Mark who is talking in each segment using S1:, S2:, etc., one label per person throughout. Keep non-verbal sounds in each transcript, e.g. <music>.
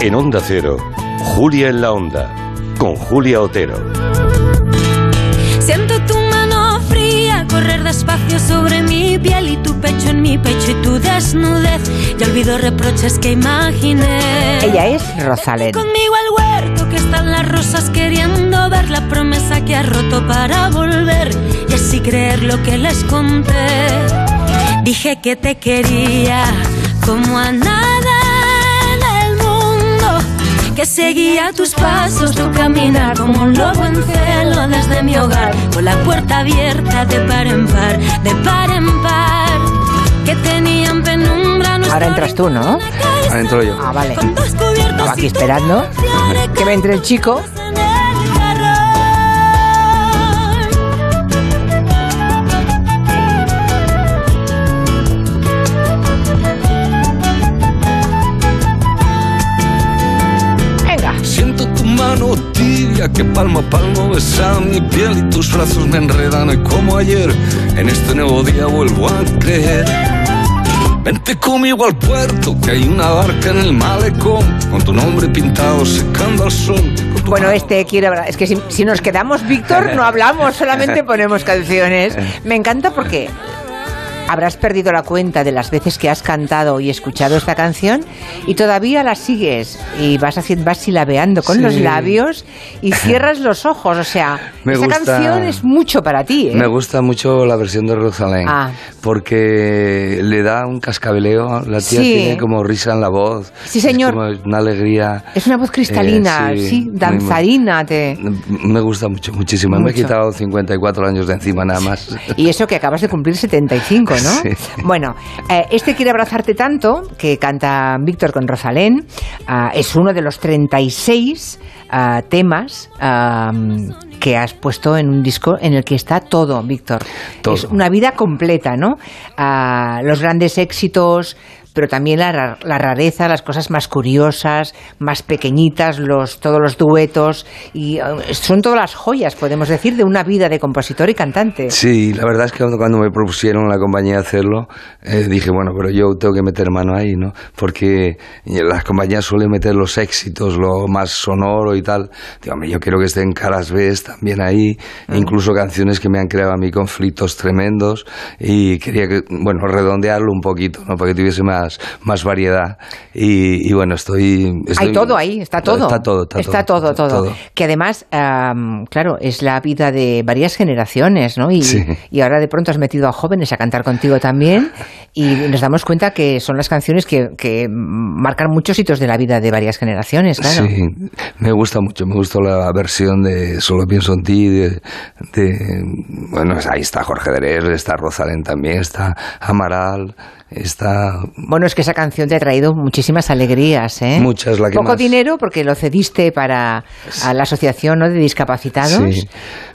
S1: En Onda Cero, Julia en la Onda, con Julia Otero.
S2: Siento tu mano fría correr despacio sobre mi piel y tu pecho en mi pecho y tu desnudez. Ya olvido reproches que imaginé.
S3: Ella es Rosalén.
S2: Conmigo al huerto que están las rosas queriendo ver la promesa que ha roto para volver y así creer lo que les conté. Dije que te quería como a nada en el mundo, que seguía tus pasos, tu caminar como un lobo en celo desde mi hogar, con la puerta abierta de par en par, de par en par, que tenían penumbra nuestra
S3: Ahora entras tú, ¿no?
S4: Ahora entro yo.
S3: Ah, vale.
S2: con dos cubiertos
S3: Estaba
S2: y
S3: aquí esperando que me entre el chico.
S2: todos en el jarrón.
S3: Venga.
S4: Siento tu mano tibia que palmo a palmo besa mi piel y tus brazos me enredan hoy como ayer. En este nuevo día vuelvo a creer. Vente conmigo al puerto, que hay una barca en el malecón, con tu nombre pintado secando al sol. con tu
S3: Bueno,
S4: mano-
S3: este quiero hablar. Es que si, si nos quedamos, Víctor, no hablamos, solamente ponemos canciones. Me encanta porque habrás perdido la cuenta de las veces que has cantado y escuchado esta canción y todavía la sigues y vas, haciendo, vas silabeando con
S4: Sí.
S3: los labios y cierras los ojos. O sea,
S4: <laughs> Me
S3: esa
S4: gusta-
S3: canción es mucho para ti. ¿eh?
S4: Me gusta mucho la versión de Rosalén
S3: Ah.
S4: porque le da un cascabeleo, la tía
S3: Sí.
S4: tiene como risa en la voz,
S3: Sí, señor.
S4: es como una alegría.
S3: Es una voz cristalina,
S4: Eh,
S3: sí,
S4: muy-
S3: danzarina. Te...
S4: Me gusta mucho, muchísimo. Me he
S3: Mucho.
S4: quitado 54 años de encima nada más.
S3: Y eso que acabas de cumplir 75, ¿no?
S4: Sí.
S3: Bueno, eh, este quiere abrazarte tanto, que canta Víctor con Rosalén, ah, es uno de los 36 ah, temas ah, que has puesto en un disco en el que está todo, Víctor.
S4: Todo.
S3: Es una vida completa, ¿no? Ah, los grandes éxitos pero también la, ra- la rareza, las cosas más curiosas, más pequeñitas, los, todos los duetos, y ah, son todas las joyas, podemos decir, de una vida de compositor y cantante.
S4: Sí, la verdad es que cuando me propusieron la compañía hacerlo, eh, dije, bueno, pero yo tengo que meter mano ahí, ¿no? Porque eh, las compañías suelen meter los éxitos, lo más sonoro y tal. Digo, hombre, yo quiero que estén caras B también ahí,
S3: Mm.
S4: incluso canciones que me han creado a mí conflictos tremendos y quería que, bueno, redondearlo un poquito, ¿no? Para que tuviese más, más variedad. Y, y bueno, estoy, estoy-
S3: Hay todo ahí, está todo.
S4: Está todo, está,
S3: todo. todo. Que además, am, claro, es la vida de varias generaciones, ¿no? Y,
S4: Sí.
S3: y ahora de pronto has metido a jóvenes a cantar contigo también y nos damos cuenta que son las canciones que, que marcan muchos hitos de la vida de varias generaciones, claro.
S4: Sí, me gusta mucho, me gustó la versión de Solo pienso en ti, de, de- bueno, ahí está Jorge Derez, está Rosalén también, está Amaral, está
S3: Bueno, es que esa canción te ha traído muchísimas alegrías, ¿eh?
S4: Muchas, la que
S3: Poco
S4: más.
S3: dinero porque lo cediste para a la asociación ¿no? de discapacitados.
S4: Sí,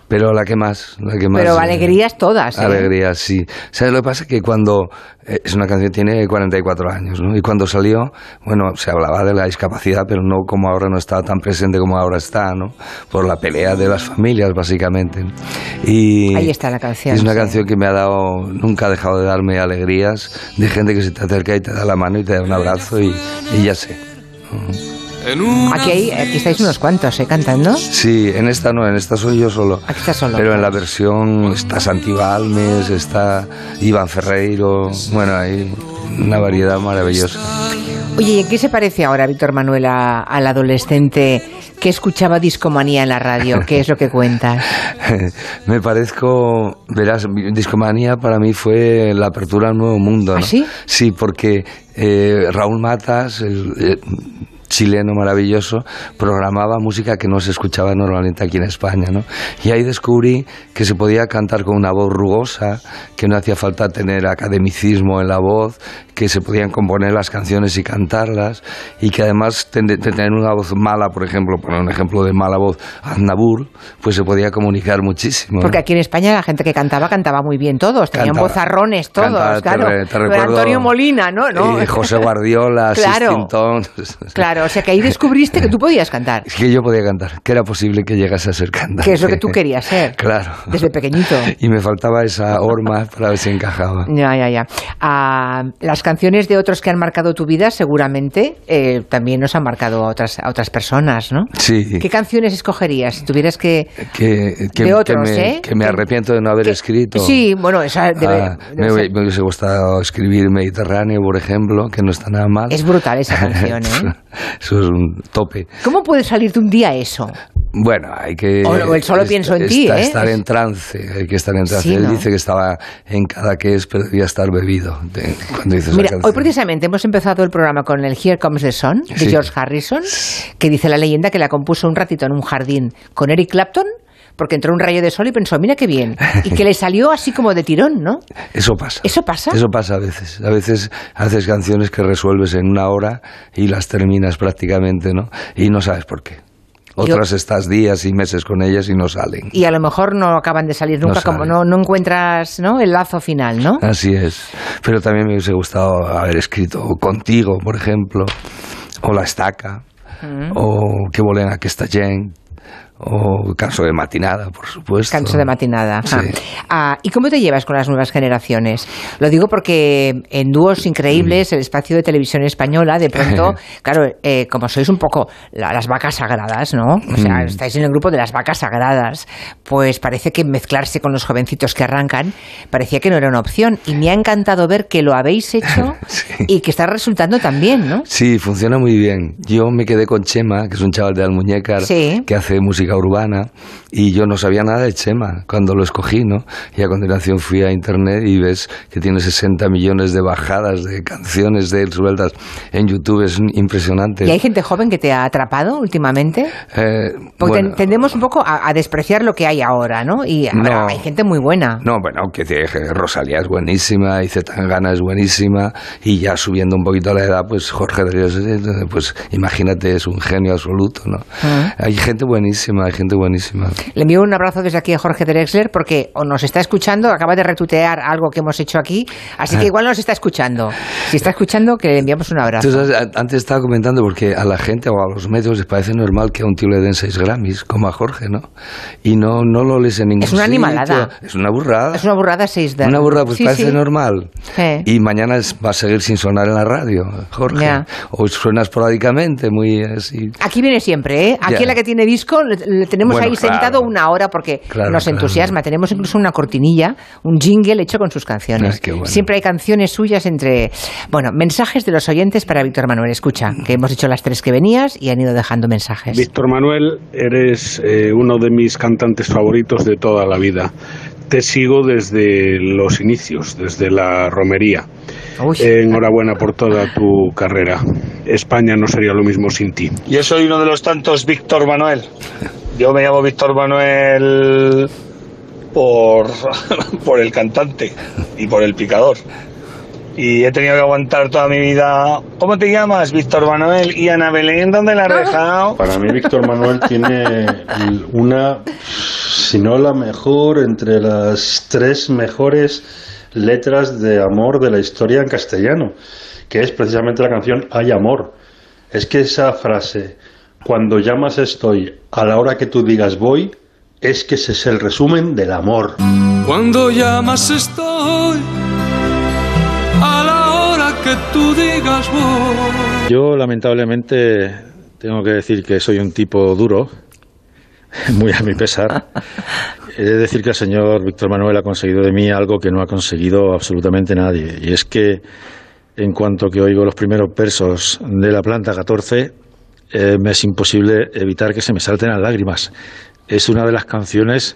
S4: pero la que más, la que más.
S3: Pero
S4: eh,
S3: alegrías todas, ¿eh?
S4: Alegrías, sí. ¿Sabes lo que pasa? Que cuando. eh, Es una canción que tiene 44 años, ¿no? Y cuando salió, bueno, se hablaba de la discapacidad, pero no como ahora no estaba tan presente como ahora está, ¿no? Por la pelea de las familias, básicamente. Y
S3: Ahí está la canción,
S4: Es una
S3: sí.
S4: canción que me ha dado. Nunca ha dejado de darme alegrías de gente que se te acerca y te da la mano y te da un abrazo y, y ya sé.
S3: Aquí, hay- aquí estáis unos cuantos, ¿eh? Cantando.
S4: Sí, en esta no, en esta soy yo solo.
S3: Aquí estás solo.
S4: Pero en la versión está Santiago Almes, está Iván Ferreiro, bueno, hay una variedad maravillosa. <laughs>
S3: Oye, ¿y en qué se parece ahora Víctor Manuel a- al adolescente que escuchaba discomanía en la radio? ¿Qué es lo que
S4: <laughs>
S3: cuentas?
S4: Me parezco, verás, Discomanía para mí fue la apertura al nuevo mundo. ¿no?
S3: ¿Ah, sí?
S4: Sí, porque eh, Raúl Matas, el, eh, chileno maravilloso, programaba música que no se escuchaba normalmente aquí en España, ¿no? Y ahí descubrí que se podía cantar con una voz rugosa, que no hacía falta tener academicismo en la voz, que se podían componer las canciones y cantarlas, y que además ten- de tener una voz mala, por ejemplo, poner un ejemplo de mala voz, Aznabur, pues se podía comunicar muchísimo. ¿no?
S3: Porque aquí en España la gente que cantaba cantaba muy bien todos, tenían
S4: Cantaba.
S3: bozarrones todos,
S4: Cantaba, te
S3: claro.
S4: re- te
S3: No era
S4: recuerdo,
S3: <laughs> Antonio Molina, ¿no? ¿no?
S4: eh, José Guardiola,
S3: Claro.
S4: Sistintón.
S3: <laughs> Claro, Claro, o sea que ahí descubriste que tú podías cantar.
S4: Es que yo podía cantar, que era posible que llegase a ser cantante.
S3: Que es lo que tú querías ser.
S4: <laughs> Claro.
S3: Desde
S4: <laughs>
S3: pequeñito.
S4: Y me faltaba esa horma para ver si encajaba.
S3: Ya, ya, ya. Ah, las canciones de otros que han marcado tu vida seguramente eh, también nos han marcado a otras, a otras personas, ¿no?
S4: Sí.
S3: ¿Qué canciones escogerías si tuvieras que...
S4: Que, que-
S3: de otros,
S4: que me,
S3: ¿eh?
S4: que me arrepiento de no haber
S3: que-
S4: escrito.
S3: Sí, bueno, esa debe-
S4: Ah,
S3: debe
S4: me,
S3: ser-
S4: me hubiese gustado escribir Mediterráneo, por ejemplo, que no está nada mal.
S3: Es brutal
S4: <laughs>
S3: esa canción, ¿eh?
S4: Eso es un tope.
S3: ¿Cómo puede salirte un día eso?
S4: Bueno, hay que.
S3: O lo- el solo pienso en ti, ¿eh?
S4: Estar en trance, hay que estar en trance.
S3: Sí,
S4: Él
S3: ¿no?
S4: dice que estaba en cada que es, pero debía estar bebido. de- cuando dices
S3: Mira, hoy precisamente hemos empezado el programa con el Here Comes the Sun de
S4: Sí.
S3: George Harrison, que dice la leyenda que la compuso un ratito en un jardín con Eric Clapton, porque entró un rayo de sol y pensó, mira qué bien, y
S4: <laughs>
S3: que le salió así como de tirón, ¿no?
S4: Eso pasa.
S3: ¿Eso pasa?
S4: Eso pasa a veces. A veces haces canciones que resuelves en una hora y las terminas prácticamente, ¿no? Y no sabes por qué. Otras estás días y meses con ellas y no salen.
S3: Y a lo mejor no acaban de salir
S4: No
S3: nunca, como
S4: sale.
S3: no, no encuentras ¿no? el lazo final, ¿no?
S4: Así es. Pero también me hubiese gustado haber escrito Contigo, por ejemplo, o La Estaca,
S3: Mm.
S4: o Que volen que está Jen, o Canso de Matinada, por supuesto.
S3: Canso de matinada. ajá.
S4: Sí.
S3: Ah, ¿Y cómo te llevas con las nuevas generaciones? Lo digo porque en Dúos Increíbles, el espacio de televisión española, de
S4: <laughs>
S3: pronto, claro, eh, como sois un poco la- las vacas sagradas, ¿no? O
S4: Mm.
S3: sea, estáis en el grupo de las vacas sagradas, pues parece que mezclarse con los jovencitos que arrancan parecía que no era una opción. Y me ha encantado ver que lo habéis hecho
S4: <laughs> Sí.
S3: y que está resultando también, ¿no?
S4: Sí, funciona muy bien. Yo me quedé con Chema, que es un chaval de Almuñécar,
S3: Sí.
S4: que hace música urbana, y yo no sabía nada de Chema cuando lo escogí, ¿no? Y a continuación fui a internet y ves que tiene 60 millones de bajadas de canciones de él sueltas en YouTube, es impresionante.
S3: ¿Y hay gente joven que te ha atrapado últimamente?
S4: Eh,
S3: Porque ten-
S4: bueno,
S3: tendemos un poco a, a despreciar lo que hay ahora, ¿no? Y habrá-
S4: No.
S3: hay gente muy buena.
S4: No, bueno, que te- que Rosalía es buenísima, y Zetangana es buenísima, y ya subiendo un poquito la edad, pues Jorge de Dios, eh, pues imagínate, es un genio absoluto, ¿no?
S3: Ah.
S4: Hay gente buenísima, hay gente buenísima.
S3: Le envío un abrazo desde aquí a Jorge Drexler porque o nos está escuchando, acaba de retuitear algo que hemos hecho aquí, así
S4: Ah.
S3: que igual nos está escuchando. Si está escuchando, que le enviamos un abrazo.
S4: Entonces, a- antes estaba comentando, porque a la gente o a los medios les parece normal que a un tío le den seis Grammys, como a Jorge, ¿no? Y no, no lo lees en ningún
S3: Es una
S4: sitio.
S3: animalada.
S4: Es una burrada.
S3: Es una burrada seis de
S4: Una burra, pues
S3: Sí,
S4: parece
S3: sí.
S4: normal.
S3: Eh.
S4: Y mañana es- va a seguir sin sonar en la radio, Jorge.
S3: Ya.
S4: O suena esporádicamente, muy eh, así.
S3: Aquí viene siempre, ¿eh? Aquí
S4: Ya.
S3: en la que tiene disco le, le tenemos
S4: Bueno,
S3: ahí
S4: claro.
S3: sentado una hora porque
S4: Claro,
S3: nos
S4: claro.
S3: entusiasma. Tenemos incluso una cortinilla, un jingle hecho con sus canciones.
S4: Ah, qué bueno.
S3: Siempre hay canciones suyas entre... Bueno, mensajes de los oyentes para Víctor Manuel. Escucha, que hemos dicho las tres que venías y han ido dejando mensajes.
S5: Víctor Manuel, eres eh, uno de mis cantantes favoritos de toda la vida. Te sigo desde los inicios, desde la romería. Eh,
S3: Uy.
S5: Enhorabuena por toda tu carrera. España no sería lo mismo sin ti.
S6: Yo soy uno de los tantos Víctor Manuel. Yo me llamo Víctor Manuel por, <laughs> por el cantante y por el picador. Y he tenido que aguantar toda mi vida. ¿Cómo te llamas, Víctor Manuel? Y Ana Belén, ¿dónde la has dejado?
S7: Para mí Víctor Manuel tiene el- una, si no la mejor, entre las tres mejores letras de amor de la historia en castellano, que es precisamente la canción Hay amor. Es que esa frase, cuando llamas estoy, a la hora que tú digas voy, es que ese es el resumen del amor.
S8: Cuando llamas estoy, a la hora que tú digas voy.
S9: Yo lamentablemente tengo que decir que soy un tipo duro, muy a mi pesar. He de decir que el señor Víctor Manuel ha conseguido de mí algo que no ha conseguido absolutamente nadie. Y es que en cuanto que oigo los primeros versos de la planta 14, eh, me es imposible evitar que se me salten las lágrimas. Es una de las canciones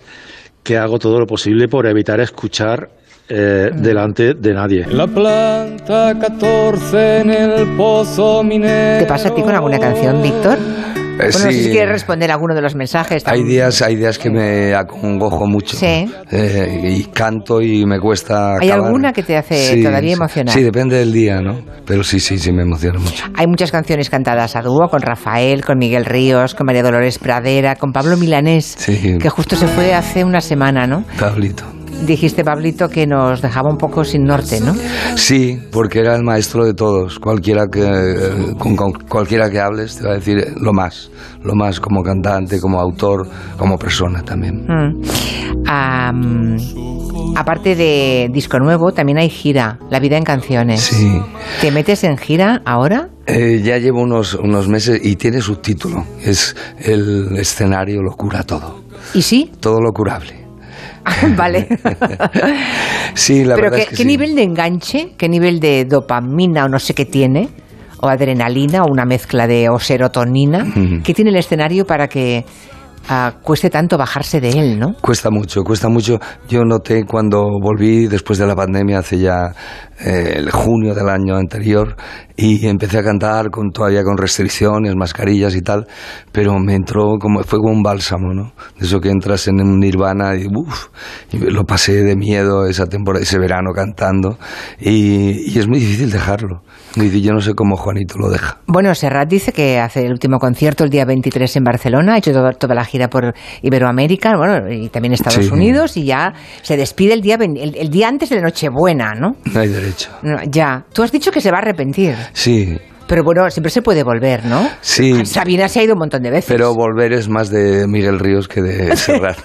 S9: que hago todo lo posible por evitar escuchar eh, delante de nadie.
S8: La planta 14 en el pozo minero.
S3: ¿Te pasa a ti con alguna canción, Víctor? bueno, no sé
S4: Eh, sí.
S3: si quieres responder a alguno de los mensajes.
S4: Hay
S3: tam-
S4: días, hay días que me acongojo mucho
S3: Sí.
S4: Eh, y canto y me cuesta.
S3: ¿Hay
S4: acabar.
S3: alguna que te hace todavía emocionar?
S4: Sí, depende del día, ¿no? Pero sí, sí, sí me emociona mucho.
S3: Hay muchas canciones cantadas a dúo con Rafael, con Miguel Ríos, con María Dolores Pradera, con Pablo Milanés,
S4: Sí.
S3: que justo se fue hace una semana, ¿no?
S4: Pablito.
S3: dijiste, Pablito, que nos dejaba un poco sin norte, ¿no?
S4: Sí, porque era el maestro de todos. Cualquiera que, eh, con, con cualquiera que hables te va a decir lo más. Lo más como cantante, como autor, como persona también.
S3: Mm. Am, aparte de disco nuevo, también hay gira, La vida en canciones.
S4: Sí.
S3: ¿Te metes en gira ahora?
S4: Eh, ya llevo unos, unos meses y tiene subtítulo. Es el escenario lo cura todo.
S3: ¿Y
S4: <laughs>
S3: sí? <laughs>
S4: Todo lo curable.
S3: vale.
S4: Sí, la
S3: Pero
S4: verdad
S3: ¿qué,
S4: es que
S3: qué
S4: sí.
S3: nivel de enganche, qué nivel de dopamina o no sé qué tiene, o adrenalina, o una mezcla de o
S4: <laughs>
S3: serotonina,
S4: Ujú.
S3: qué tiene el escenario para que ah, cueste tanto bajarse de él, ¿no?
S4: Cuesta mucho, cuesta mucho. Yo noté cuando volví después de la pandemia, hace ya eh, el junio del año anterior, y empecé a cantar con, todavía con restricciones, mascarillas y tal, pero me entró como, fue como un bálsamo, ¿no? De eso que entras en un nirvana y, uff, lo pasé de miedo esa temporada, ese verano cantando, y, y es muy difícil dejarlo. Muy difícil. Yo no sé cómo Juanito lo deja.
S3: Bueno, Serrat dice que hace el último concierto el día 23 en Barcelona, ha hecho toda, toda la gira por Iberoamérica, bueno, y también Estados
S4: Sí.
S3: Unidos, y ya se despide el día, ven- el, el día antes de la Nochebuena, ¿no?
S4: No hay derecho.
S3: No, Ya, tú has dicho que se va a arrepentir,
S4: Sí,
S3: pero bueno, siempre se puede volver, ¿no?
S4: Sí.
S3: Sabina se ha ido un montón de veces. <laughs>
S4: pero volver es más de Miguel Ríos que de Serrat.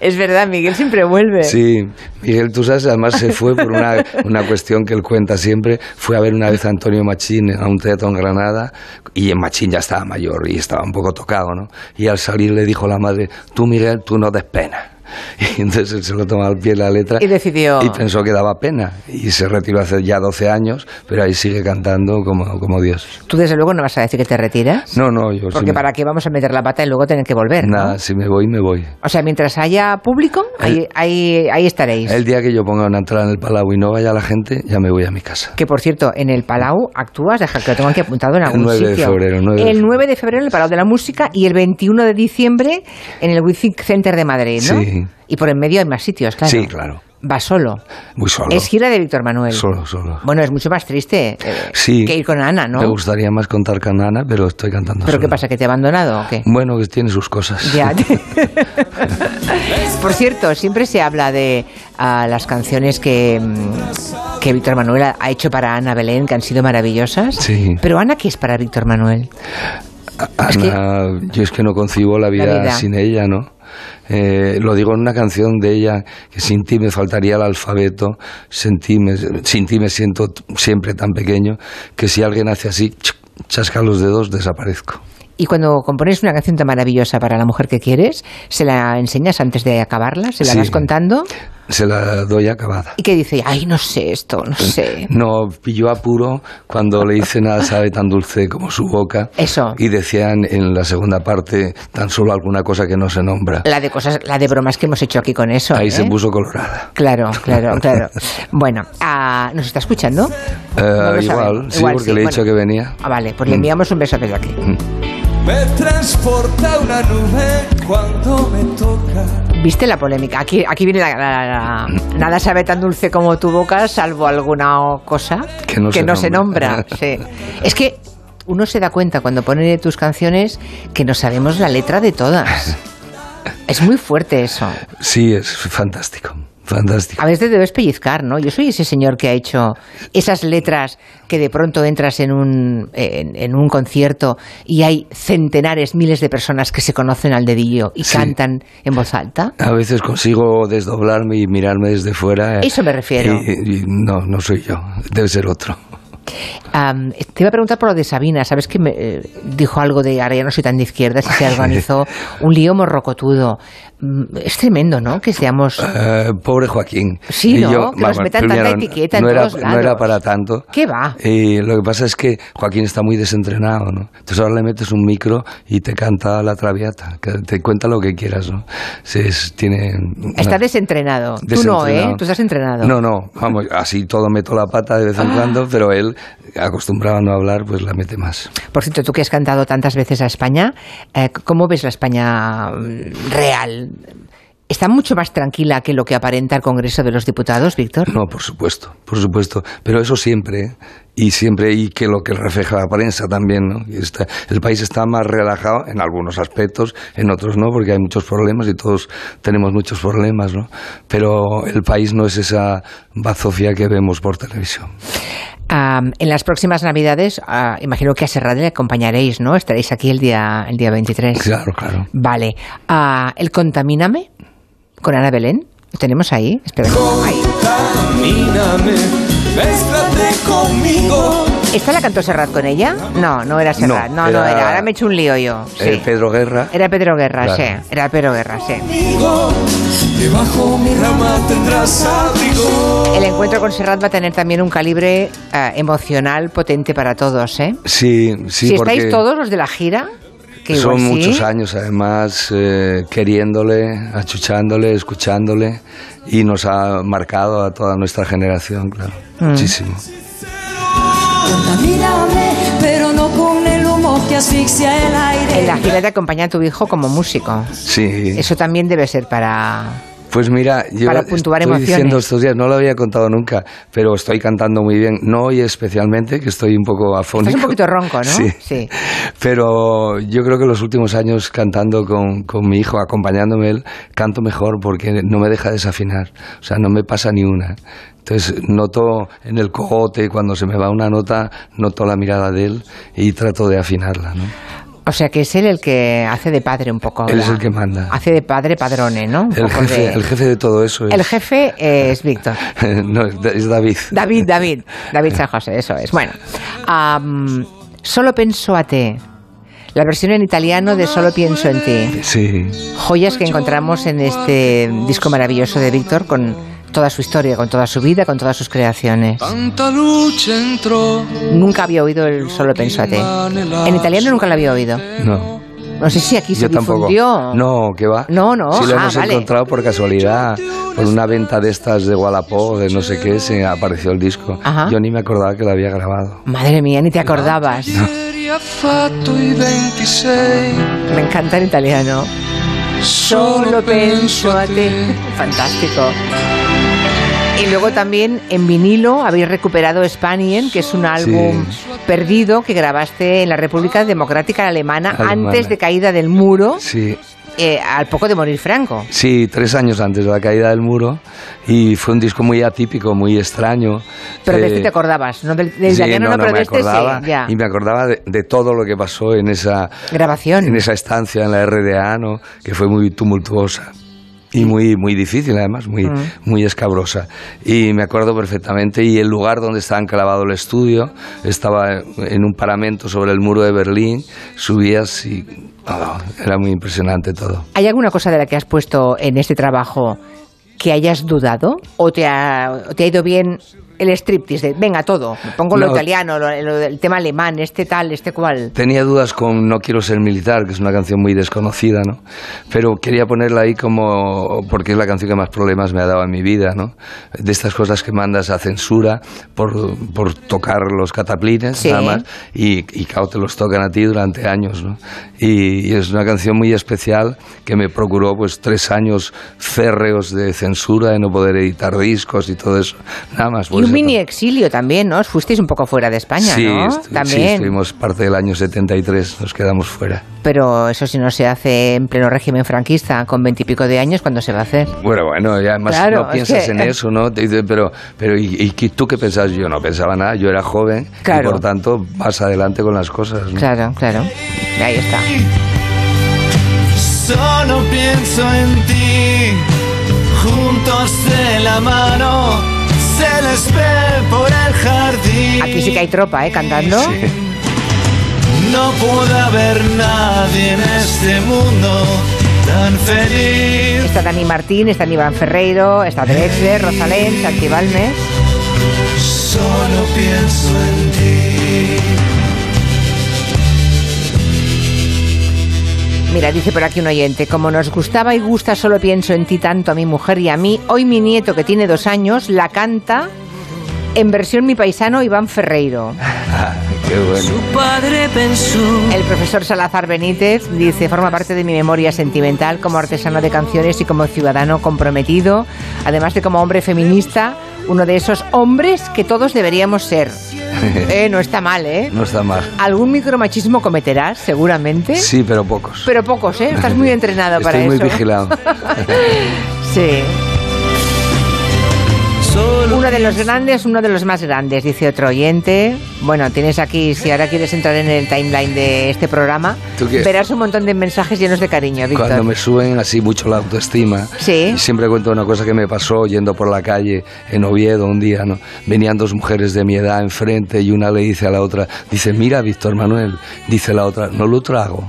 S3: es verdad, Miguel siempre vuelve.
S4: Sí, Miguel, tú sabes, además se fue por una, una cuestión que él cuenta siempre. Fue a ver una vez a Antonio Machín a un teatro en Granada y en Machín ya estaba mayor y estaba un poco tocado, ¿no? Y al salir le dijo la madre, tú Miguel, tú no des pena. <laughs> Y entonces él se lo tomó al pie la letra
S3: Y decidió-
S4: y pensó que daba pena y se retiró hace ya 12 años, pero ahí sigue cantando como, como Dios.
S3: Tú desde luego no vas a decir que te retiras,
S4: No, pues no, yo sí
S3: porque
S4: me-
S3: para qué vamos a meter la pata y luego tener que volver, ¿no?
S4: Nada, si me voy, me voy.
S3: O sea, mientras haya público, ahí, ahí, ahí estaréis.
S4: El día que yo ponga una entrada en el Palau y no vaya la gente, ya me voy a mi casa.
S3: Que por cierto, en el Palau actúas, deja que lo tengo aquí apuntado en algún
S4: El 9 de
S3: sitio.
S4: febrero, el 9 de
S3: el 9 de febrero en el Palau de la Música y el 21 de diciembre en el Wizzing Center de Madrid, ¿no?
S4: Sí.
S3: Y por en medio hay más sitios, claro.
S4: Sí, claro.
S3: Va solo.
S4: Muy solo.
S3: Es gira de Víctor Manuel.
S4: Solo, solo.
S3: Bueno, es mucho más triste eh,
S4: Sí.
S3: que ir con Ana, ¿no?
S4: Me gustaría más contar con Ana, pero estoy cantando
S3: Pero ¿qué
S4: solo.
S3: pasa? ¿Que te ha abandonado o qué?
S4: Bueno, que tiene sus cosas. <laughs>
S3: Ya. <laughs> Por cierto, siempre se habla de ah, las canciones que, mm, que Víctor Manuel ha- ha hecho para Ana Belén, que han sido maravillosas.
S4: Sí.
S3: Pero Ana, ¿qué es para Víctor Manuel?
S4: Ana, yo es que no concibo la vida,
S3: La vida.
S4: sin ella, ¿no? Eh, lo digo en una canción de ella, que sin ti me faltaría el alfabeto, sin ti me, sin ti me siento t- siempre tan pequeño, que si alguien hace así, ch- chasca los dedos, desaparezco.
S3: Y cuando compones una canción tan maravillosa para la mujer que quieres, ¿se la enseñas antes de acabarla? ¿Se la
S4: Sí.
S3: vas contando?
S4: Se la doy acabada.
S3: Y que dice, ay, no sé esto, no sé.
S4: No, pilló apuro cuando le hice nada sabe tan dulce como su boca.
S3: Eso.
S4: Y decían en la segunda parte tan solo alguna cosa que no se nombra.
S3: La de cosas, la de bromas que hemos hecho aquí con eso.
S4: Ahí
S3: ¿eh?
S4: se puso colorada.
S3: Claro,
S4: <laughs>
S3: claro, claro. Bueno, ah, ¿nos está escuchando?
S4: Eh,
S3: No lo sabe.
S4: igual, sí, porque le he dicho que venía.
S3: Ah, vale, pues le
S4: Mm.
S3: enviamos un beso desde aquí.
S10: Me transporta una nube cuando me toca.
S3: ¿Viste la polémica? Aquí, aquí viene la, la- la-
S4: Mm.
S3: la- Nada sabe tan dulce como tu boca, salvo alguna o- cosa
S4: Que no se
S3: nombra.
S4: nombra. <laughs>
S3: sí. Es que uno se da cuenta cuando pone tus canciones que no sabemos la letra de
S4: <laughs>
S3: todas. Es muy fuerte eso.
S4: Sí, es fantástico. Fantástico.
S3: A veces te debes pellizcar, ¿no? Yo soy ese señor que ha hecho esas letras que de pronto entras en un, en, en un concierto y hay centenares, miles de personas que se conocen al dedillo y
S4: Sí.
S3: cantan en voz alta.
S4: A veces consigo desdoblarme y mirarme desde fuera. eh,
S3: Eso me refiero.
S4: y- y no, no soy yo. Debe ser otro.
S3: Am, te iba a preguntar por lo de Sabina. ¿Sabes que me, eh, dijo algo de ahora ya no soy tan de izquierda si
S4: <laughs>
S3: se organizó un lío morrocotudo? Mm, Es tremendo, ¿no? Que seamos.
S4: Eh, pobre Joaquín.
S3: Sí,
S4: Y
S3: ¿no? Que nos metan tanta
S4: no-
S3: etiqueta en
S4: no
S3: todos
S4: era, no era
S3: lados.
S4: para tanto.
S3: ¿Qué va?
S4: Y lo que pasa es que Joaquín está muy desentrenado, ¿no? Entonces ahora le metes un micro y te canta la traviata, que te cuenta lo que quieras, ¿no? Se, es- tiene una-
S3: Estás desentrenado. Tú no, ¿eh?
S4: desentrenado.
S3: Tú estás entrenado. Ah.
S4: No, no, vamos, así todo meto la pata de vez en cuando, pero él, acostumbrado a no hablar, pues la mete más.
S3: Por cierto, tú que has cantado tantas veces a España, eh, ¿cómo ves la España mm, real? ¿Está mucho más tranquila que lo que aparenta el Congreso de los Diputados, Víctor?
S4: No, por supuesto, por supuesto. Pero eso siempre, ¿eh? y siempre, y que lo que refleja la prensa también, ¿no? Y está- el país está más relajado en algunos aspectos, en otros no, porque hay muchos problemas y todos tenemos muchos problemas, ¿no? Pero el país no es esa bazofia que vemos por televisión. <laughs>
S3: Ah, en las próximas Navidades, ah, imagino que a Serrat le acompañaréis, ¿no? Estaréis aquí el día, el día 23.
S4: Claro, claro.
S3: Vale. Ah, el Contamíname con Ana Belén. Lo tenemos ahí. Espera.
S10: Mírame, mézclate conmigo.
S3: ¿Esta la cantó Serrat con ella? No, no era Serrat. No,
S4: No,
S3: no era.
S4: era-
S3: Ahora me he hecho un lío yo. Sí.
S4: Eh, Pedro Guerra.
S3: Era Pedro Guerra,
S4: Claro.
S3: sí. Era Pedro Guerra, sí.
S10: Conmigo, debajo mi rama tendrás abrigo.
S3: El encuentro con Serrat va a tener también un calibre ah, emocional potente para todos, ¿eh?
S4: Sí, sí,
S3: si
S4: porque
S3: estáis todos los de la gira, que
S4: son
S3: igual sí.
S4: muchos años además eh, queriéndole, achuchándole, escuchándole y nos ha marcado a toda nuestra generación, claro.
S3: Mm.
S4: Muchísimo.
S11: Contamíname, pero no con el humo que asfixia el aire.
S3: En la gira te acompaña a tu hijo como músico.
S4: Sí.
S3: Eso también debe ser para...
S4: Pues mira, yo
S3: Para puntuar
S4: estoy
S3: emociones.
S4: diciendo estos días, no lo había contado nunca, pero estoy cantando muy bien, no hoy especialmente, que estoy un poco afónico.
S3: Estás un poquito ronco, ¿no?
S4: Sí.
S3: sí.
S4: Pero yo creo que los últimos años cantando con, con mi hijo, acompañándome él, canto mejor porque no me deja desafinar. O sea, no me pasa ni una. Entonces noto en el cogote, cuando se me va una nota, noto la mirada de él y trato de afinarla. ¿no?
S3: O sea que es él el que hace de padre un poco.
S4: Él es
S3: ahora.
S4: el que manda.
S3: Hace de padre padrone, ¿no? Un
S4: El
S3: poco
S4: jefe,
S3: de-
S4: el jefe de todo eso es,
S3: El jefe es Víctor.
S4: <laughs> no, es- es David.
S3: David, David. David San José, eso es. Bueno. am, solo penso a te. La versión en italiano de Solo pienso en ti.
S4: Sí.
S3: Joyas que encontramos en este disco maravilloso de Víctor con toda su historia, con toda su vida, con todas sus creaciones.
S10: Tanta luce entrò.
S3: Nunca había oído el Solo pienso a te. En italiano nunca lo había oído.
S4: No.
S3: No sé si aquí se
S4: Yo tampoco.
S3: difundió.
S4: No, que va.
S3: No, no,
S4: Si lo
S3: ah,
S4: hemos
S3: vale.
S4: encontrado por casualidad, por una venta de estas de Wallapop, de no sé qué, se apareció el disco.
S3: Ajá.
S4: Yo ni me acordaba que lo había grabado.
S3: Madre mía, ni te acordabas.
S10: Ieri ha fatto i 26.
S3: Me encanta el italiano. Solo penso a ti. <laughs> Fantástico. Y luego también en vinilo habéis recuperado Spanien, que es un álbum perdido que grabaste en la República Democrática Alemana,
S4: Alemana.
S3: antes de caída del muro,
S4: Sí,
S3: eh, al poco de morir Franco.
S4: sí, tres años antes de la caída del muro. Y fue un disco muy atípico, muy extraño.
S3: Pero de
S4: Eh,
S3: este te acordabas, ¿no? Del, del
S4: sí,
S3: italiano no, pero
S4: me
S3: de este
S4: acordaba.
S3: sí, ya.
S4: Y me acordaba de, de todo lo que pasó en esa,
S3: Grabación.
S4: en esa estancia en la RDA, ¿no? que fue muy tumultuosa y muy, muy difícil además, muy,
S3: Mm.
S4: muy escabrosa. Y me acuerdo perfectamente, y el lugar donde estaba enclavado el estudio, estaba en un paramento sobre el muro de Berlín, subías y oh, era muy impresionante todo.
S3: ¿Hay alguna cosa de la que has puesto en este trabajo que hayas dudado? ¿O te ha, o te ha ido bien el striptease? De, venga, todo. Me pongo lo
S4: No.
S3: italiano, lo- lo- el tema alemán, este tal, este cual.
S4: Tenía dudas con No quiero ser militar, que es una canción muy desconocida, ¿no? Pero quería ponerla ahí como porque es la canción que más problemas me ha dado en mi vida, ¿no? De estas cosas que mandas a censura por, por tocar los cataplines,
S3: Sí.
S4: nada más, y, y claro, te los tocan a ti durante años, ¿no? Y, y es una canción muy especial que me procuró pues tres años férreos de censura, de no poder editar discos y todo eso, nada más. por
S3: Y un
S4: eso
S3: mini exilio también, ¿no? Os fuisteis un poco fuera de España,
S4: sí,
S3: ¿no?
S4: estu- sí,
S3: también.
S4: estuvimos parte del año 73, nos quedamos fuera.
S3: Pero eso si no se hace en pleno régimen franquista, con veintipico de años, ¿cuándo se va a hacer?
S4: Bueno, bueno, y además
S3: Claro,
S4: no
S3: es
S4: piensas
S3: que-
S4: en eso, ¿no? Te dice, pero, pero ¿y, y qué- tú qué pensabas? Yo no pensaba nada, yo era joven
S3: Claro.
S4: y por tanto vas adelante con las cosas. ¿no?
S3: Claro, claro. Ahí está.
S10: Solo pienso en ti. Juntos de la mano. Se les ve por el jardín.
S3: Aquí sí que hay tropa, ¿eh? Cantando.
S10: No pudo haber nadie en este mundo tan feliz.
S3: Está Dani Martín, está Iván Ferreiro, está Drexler, Rosalén, Santi Balmes.
S10: Solo pienso en ti.
S3: Mira, dice por aquí un oyente, como nos gustaba y gusta solo pienso en ti tanto a mi mujer y a mí, hoy mi nieto que tiene dos años la canta en versión mi paisano Iván Ferreiro.
S4: Qué bueno.
S2: padre pensó.
S3: El profesor Salazar Benítez dice, forma parte de mi memoria sentimental como artesano de canciones y como ciudadano comprometido, además de como hombre feminista, uno de esos hombres que todos deberíamos ser. Eh, no está mal, ¿eh?
S4: <laughs> No está mal.
S3: ¿Algún micromachismo cometerás, seguramente?
S4: Sí, pero pocos.
S3: Eh, Pero pocos, ¿eh? Estás muy entrenado para
S4: Estoy muy
S3: eso. <laughs>
S4: vigilado.
S3: Sí. Uno de los grandes, uno de los más grandes, dice otro oyente. Bueno, tienes aquí, si ahora quieres entrar en el timeline de este programa,
S4: ¿Tú qué?
S3: verás un montón de mensajes llenos de cariño, Víctor.
S4: Cuando me suben así mucho la autoestima,
S3: Sí.
S4: y siempre cuento una cosa que me pasó yendo por la calle en Oviedo un día, ¿no? Venían dos mujeres de mi edad enfrente y una le dice a la otra, dice, mira, Víctor Manuel, dice la otra, no lo trago.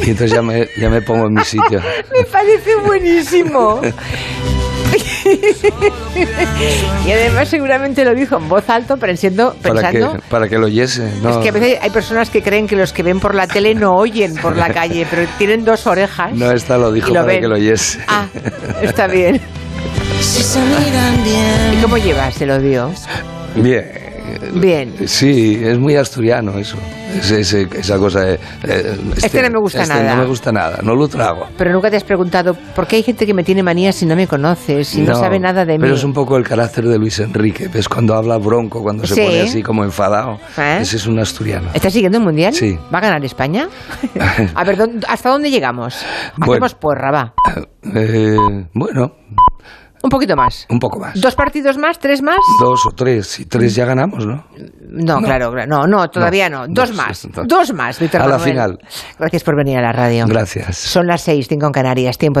S4: y entonces ya me, ya me pongo en mi sitio.
S3: <laughs> Me parece buenísimo. y además seguramente lo dijo en voz alta, pero siendo-
S4: Para que,
S3: pensando
S4: para que lo oyese. ¿no?
S3: es que a veces hay personas que creen que los que ven por la tele no oyen por la calle, pero tienen dos orejas.
S4: No, esta lo dijo
S3: Y lo
S4: para
S3: ven.
S4: que lo oyese.
S3: Ah, está bien. ¿Y cómo llevas el odio?
S4: Bien.
S3: Bien.
S4: Sí, es muy asturiano eso. Es- es- esa cosa de. eh,
S3: Este no me gusta
S4: este
S3: nada.
S4: No me gusta nada, no lo trago.
S3: Pero nunca te has preguntado por qué hay gente que me tiene manía si no me conoce, si no, sabe nada de mí.
S4: Pero es un poco el carácter de Luis Enrique. ¿Ves? Cuando habla bronco, cuando se
S3: Sí.
S4: pone así como enfadado.
S3: ¿Eh?
S4: Ese es
S3: <laughs>
S4: un asturiano. <laughs>
S3: ¿Estás siguiendo el mundial?
S4: Sí.
S3: ¿Va a ganar España? a ver, ¿dó- ¿hasta dónde llegamos? Hacemos
S4: Bueno.
S3: porra, va.
S4: Eh, bueno,
S3: Un poquito más.
S4: un poco más.
S3: ¿Dos partidos más? ¿Tres más?
S4: Dos o tres. Y tres ya ganamos, ¿no?
S3: No, claro, claro. No, no, todavía no.
S4: No,
S3: Dos
S4: no,
S3: más.
S4: no.
S3: Dos más, Víctor
S4: A la
S3: Manuel.
S4: final.
S3: Gracias por venir a la radio.
S4: Gracias.
S3: Son las seis, cinco en Canarias, tiempo de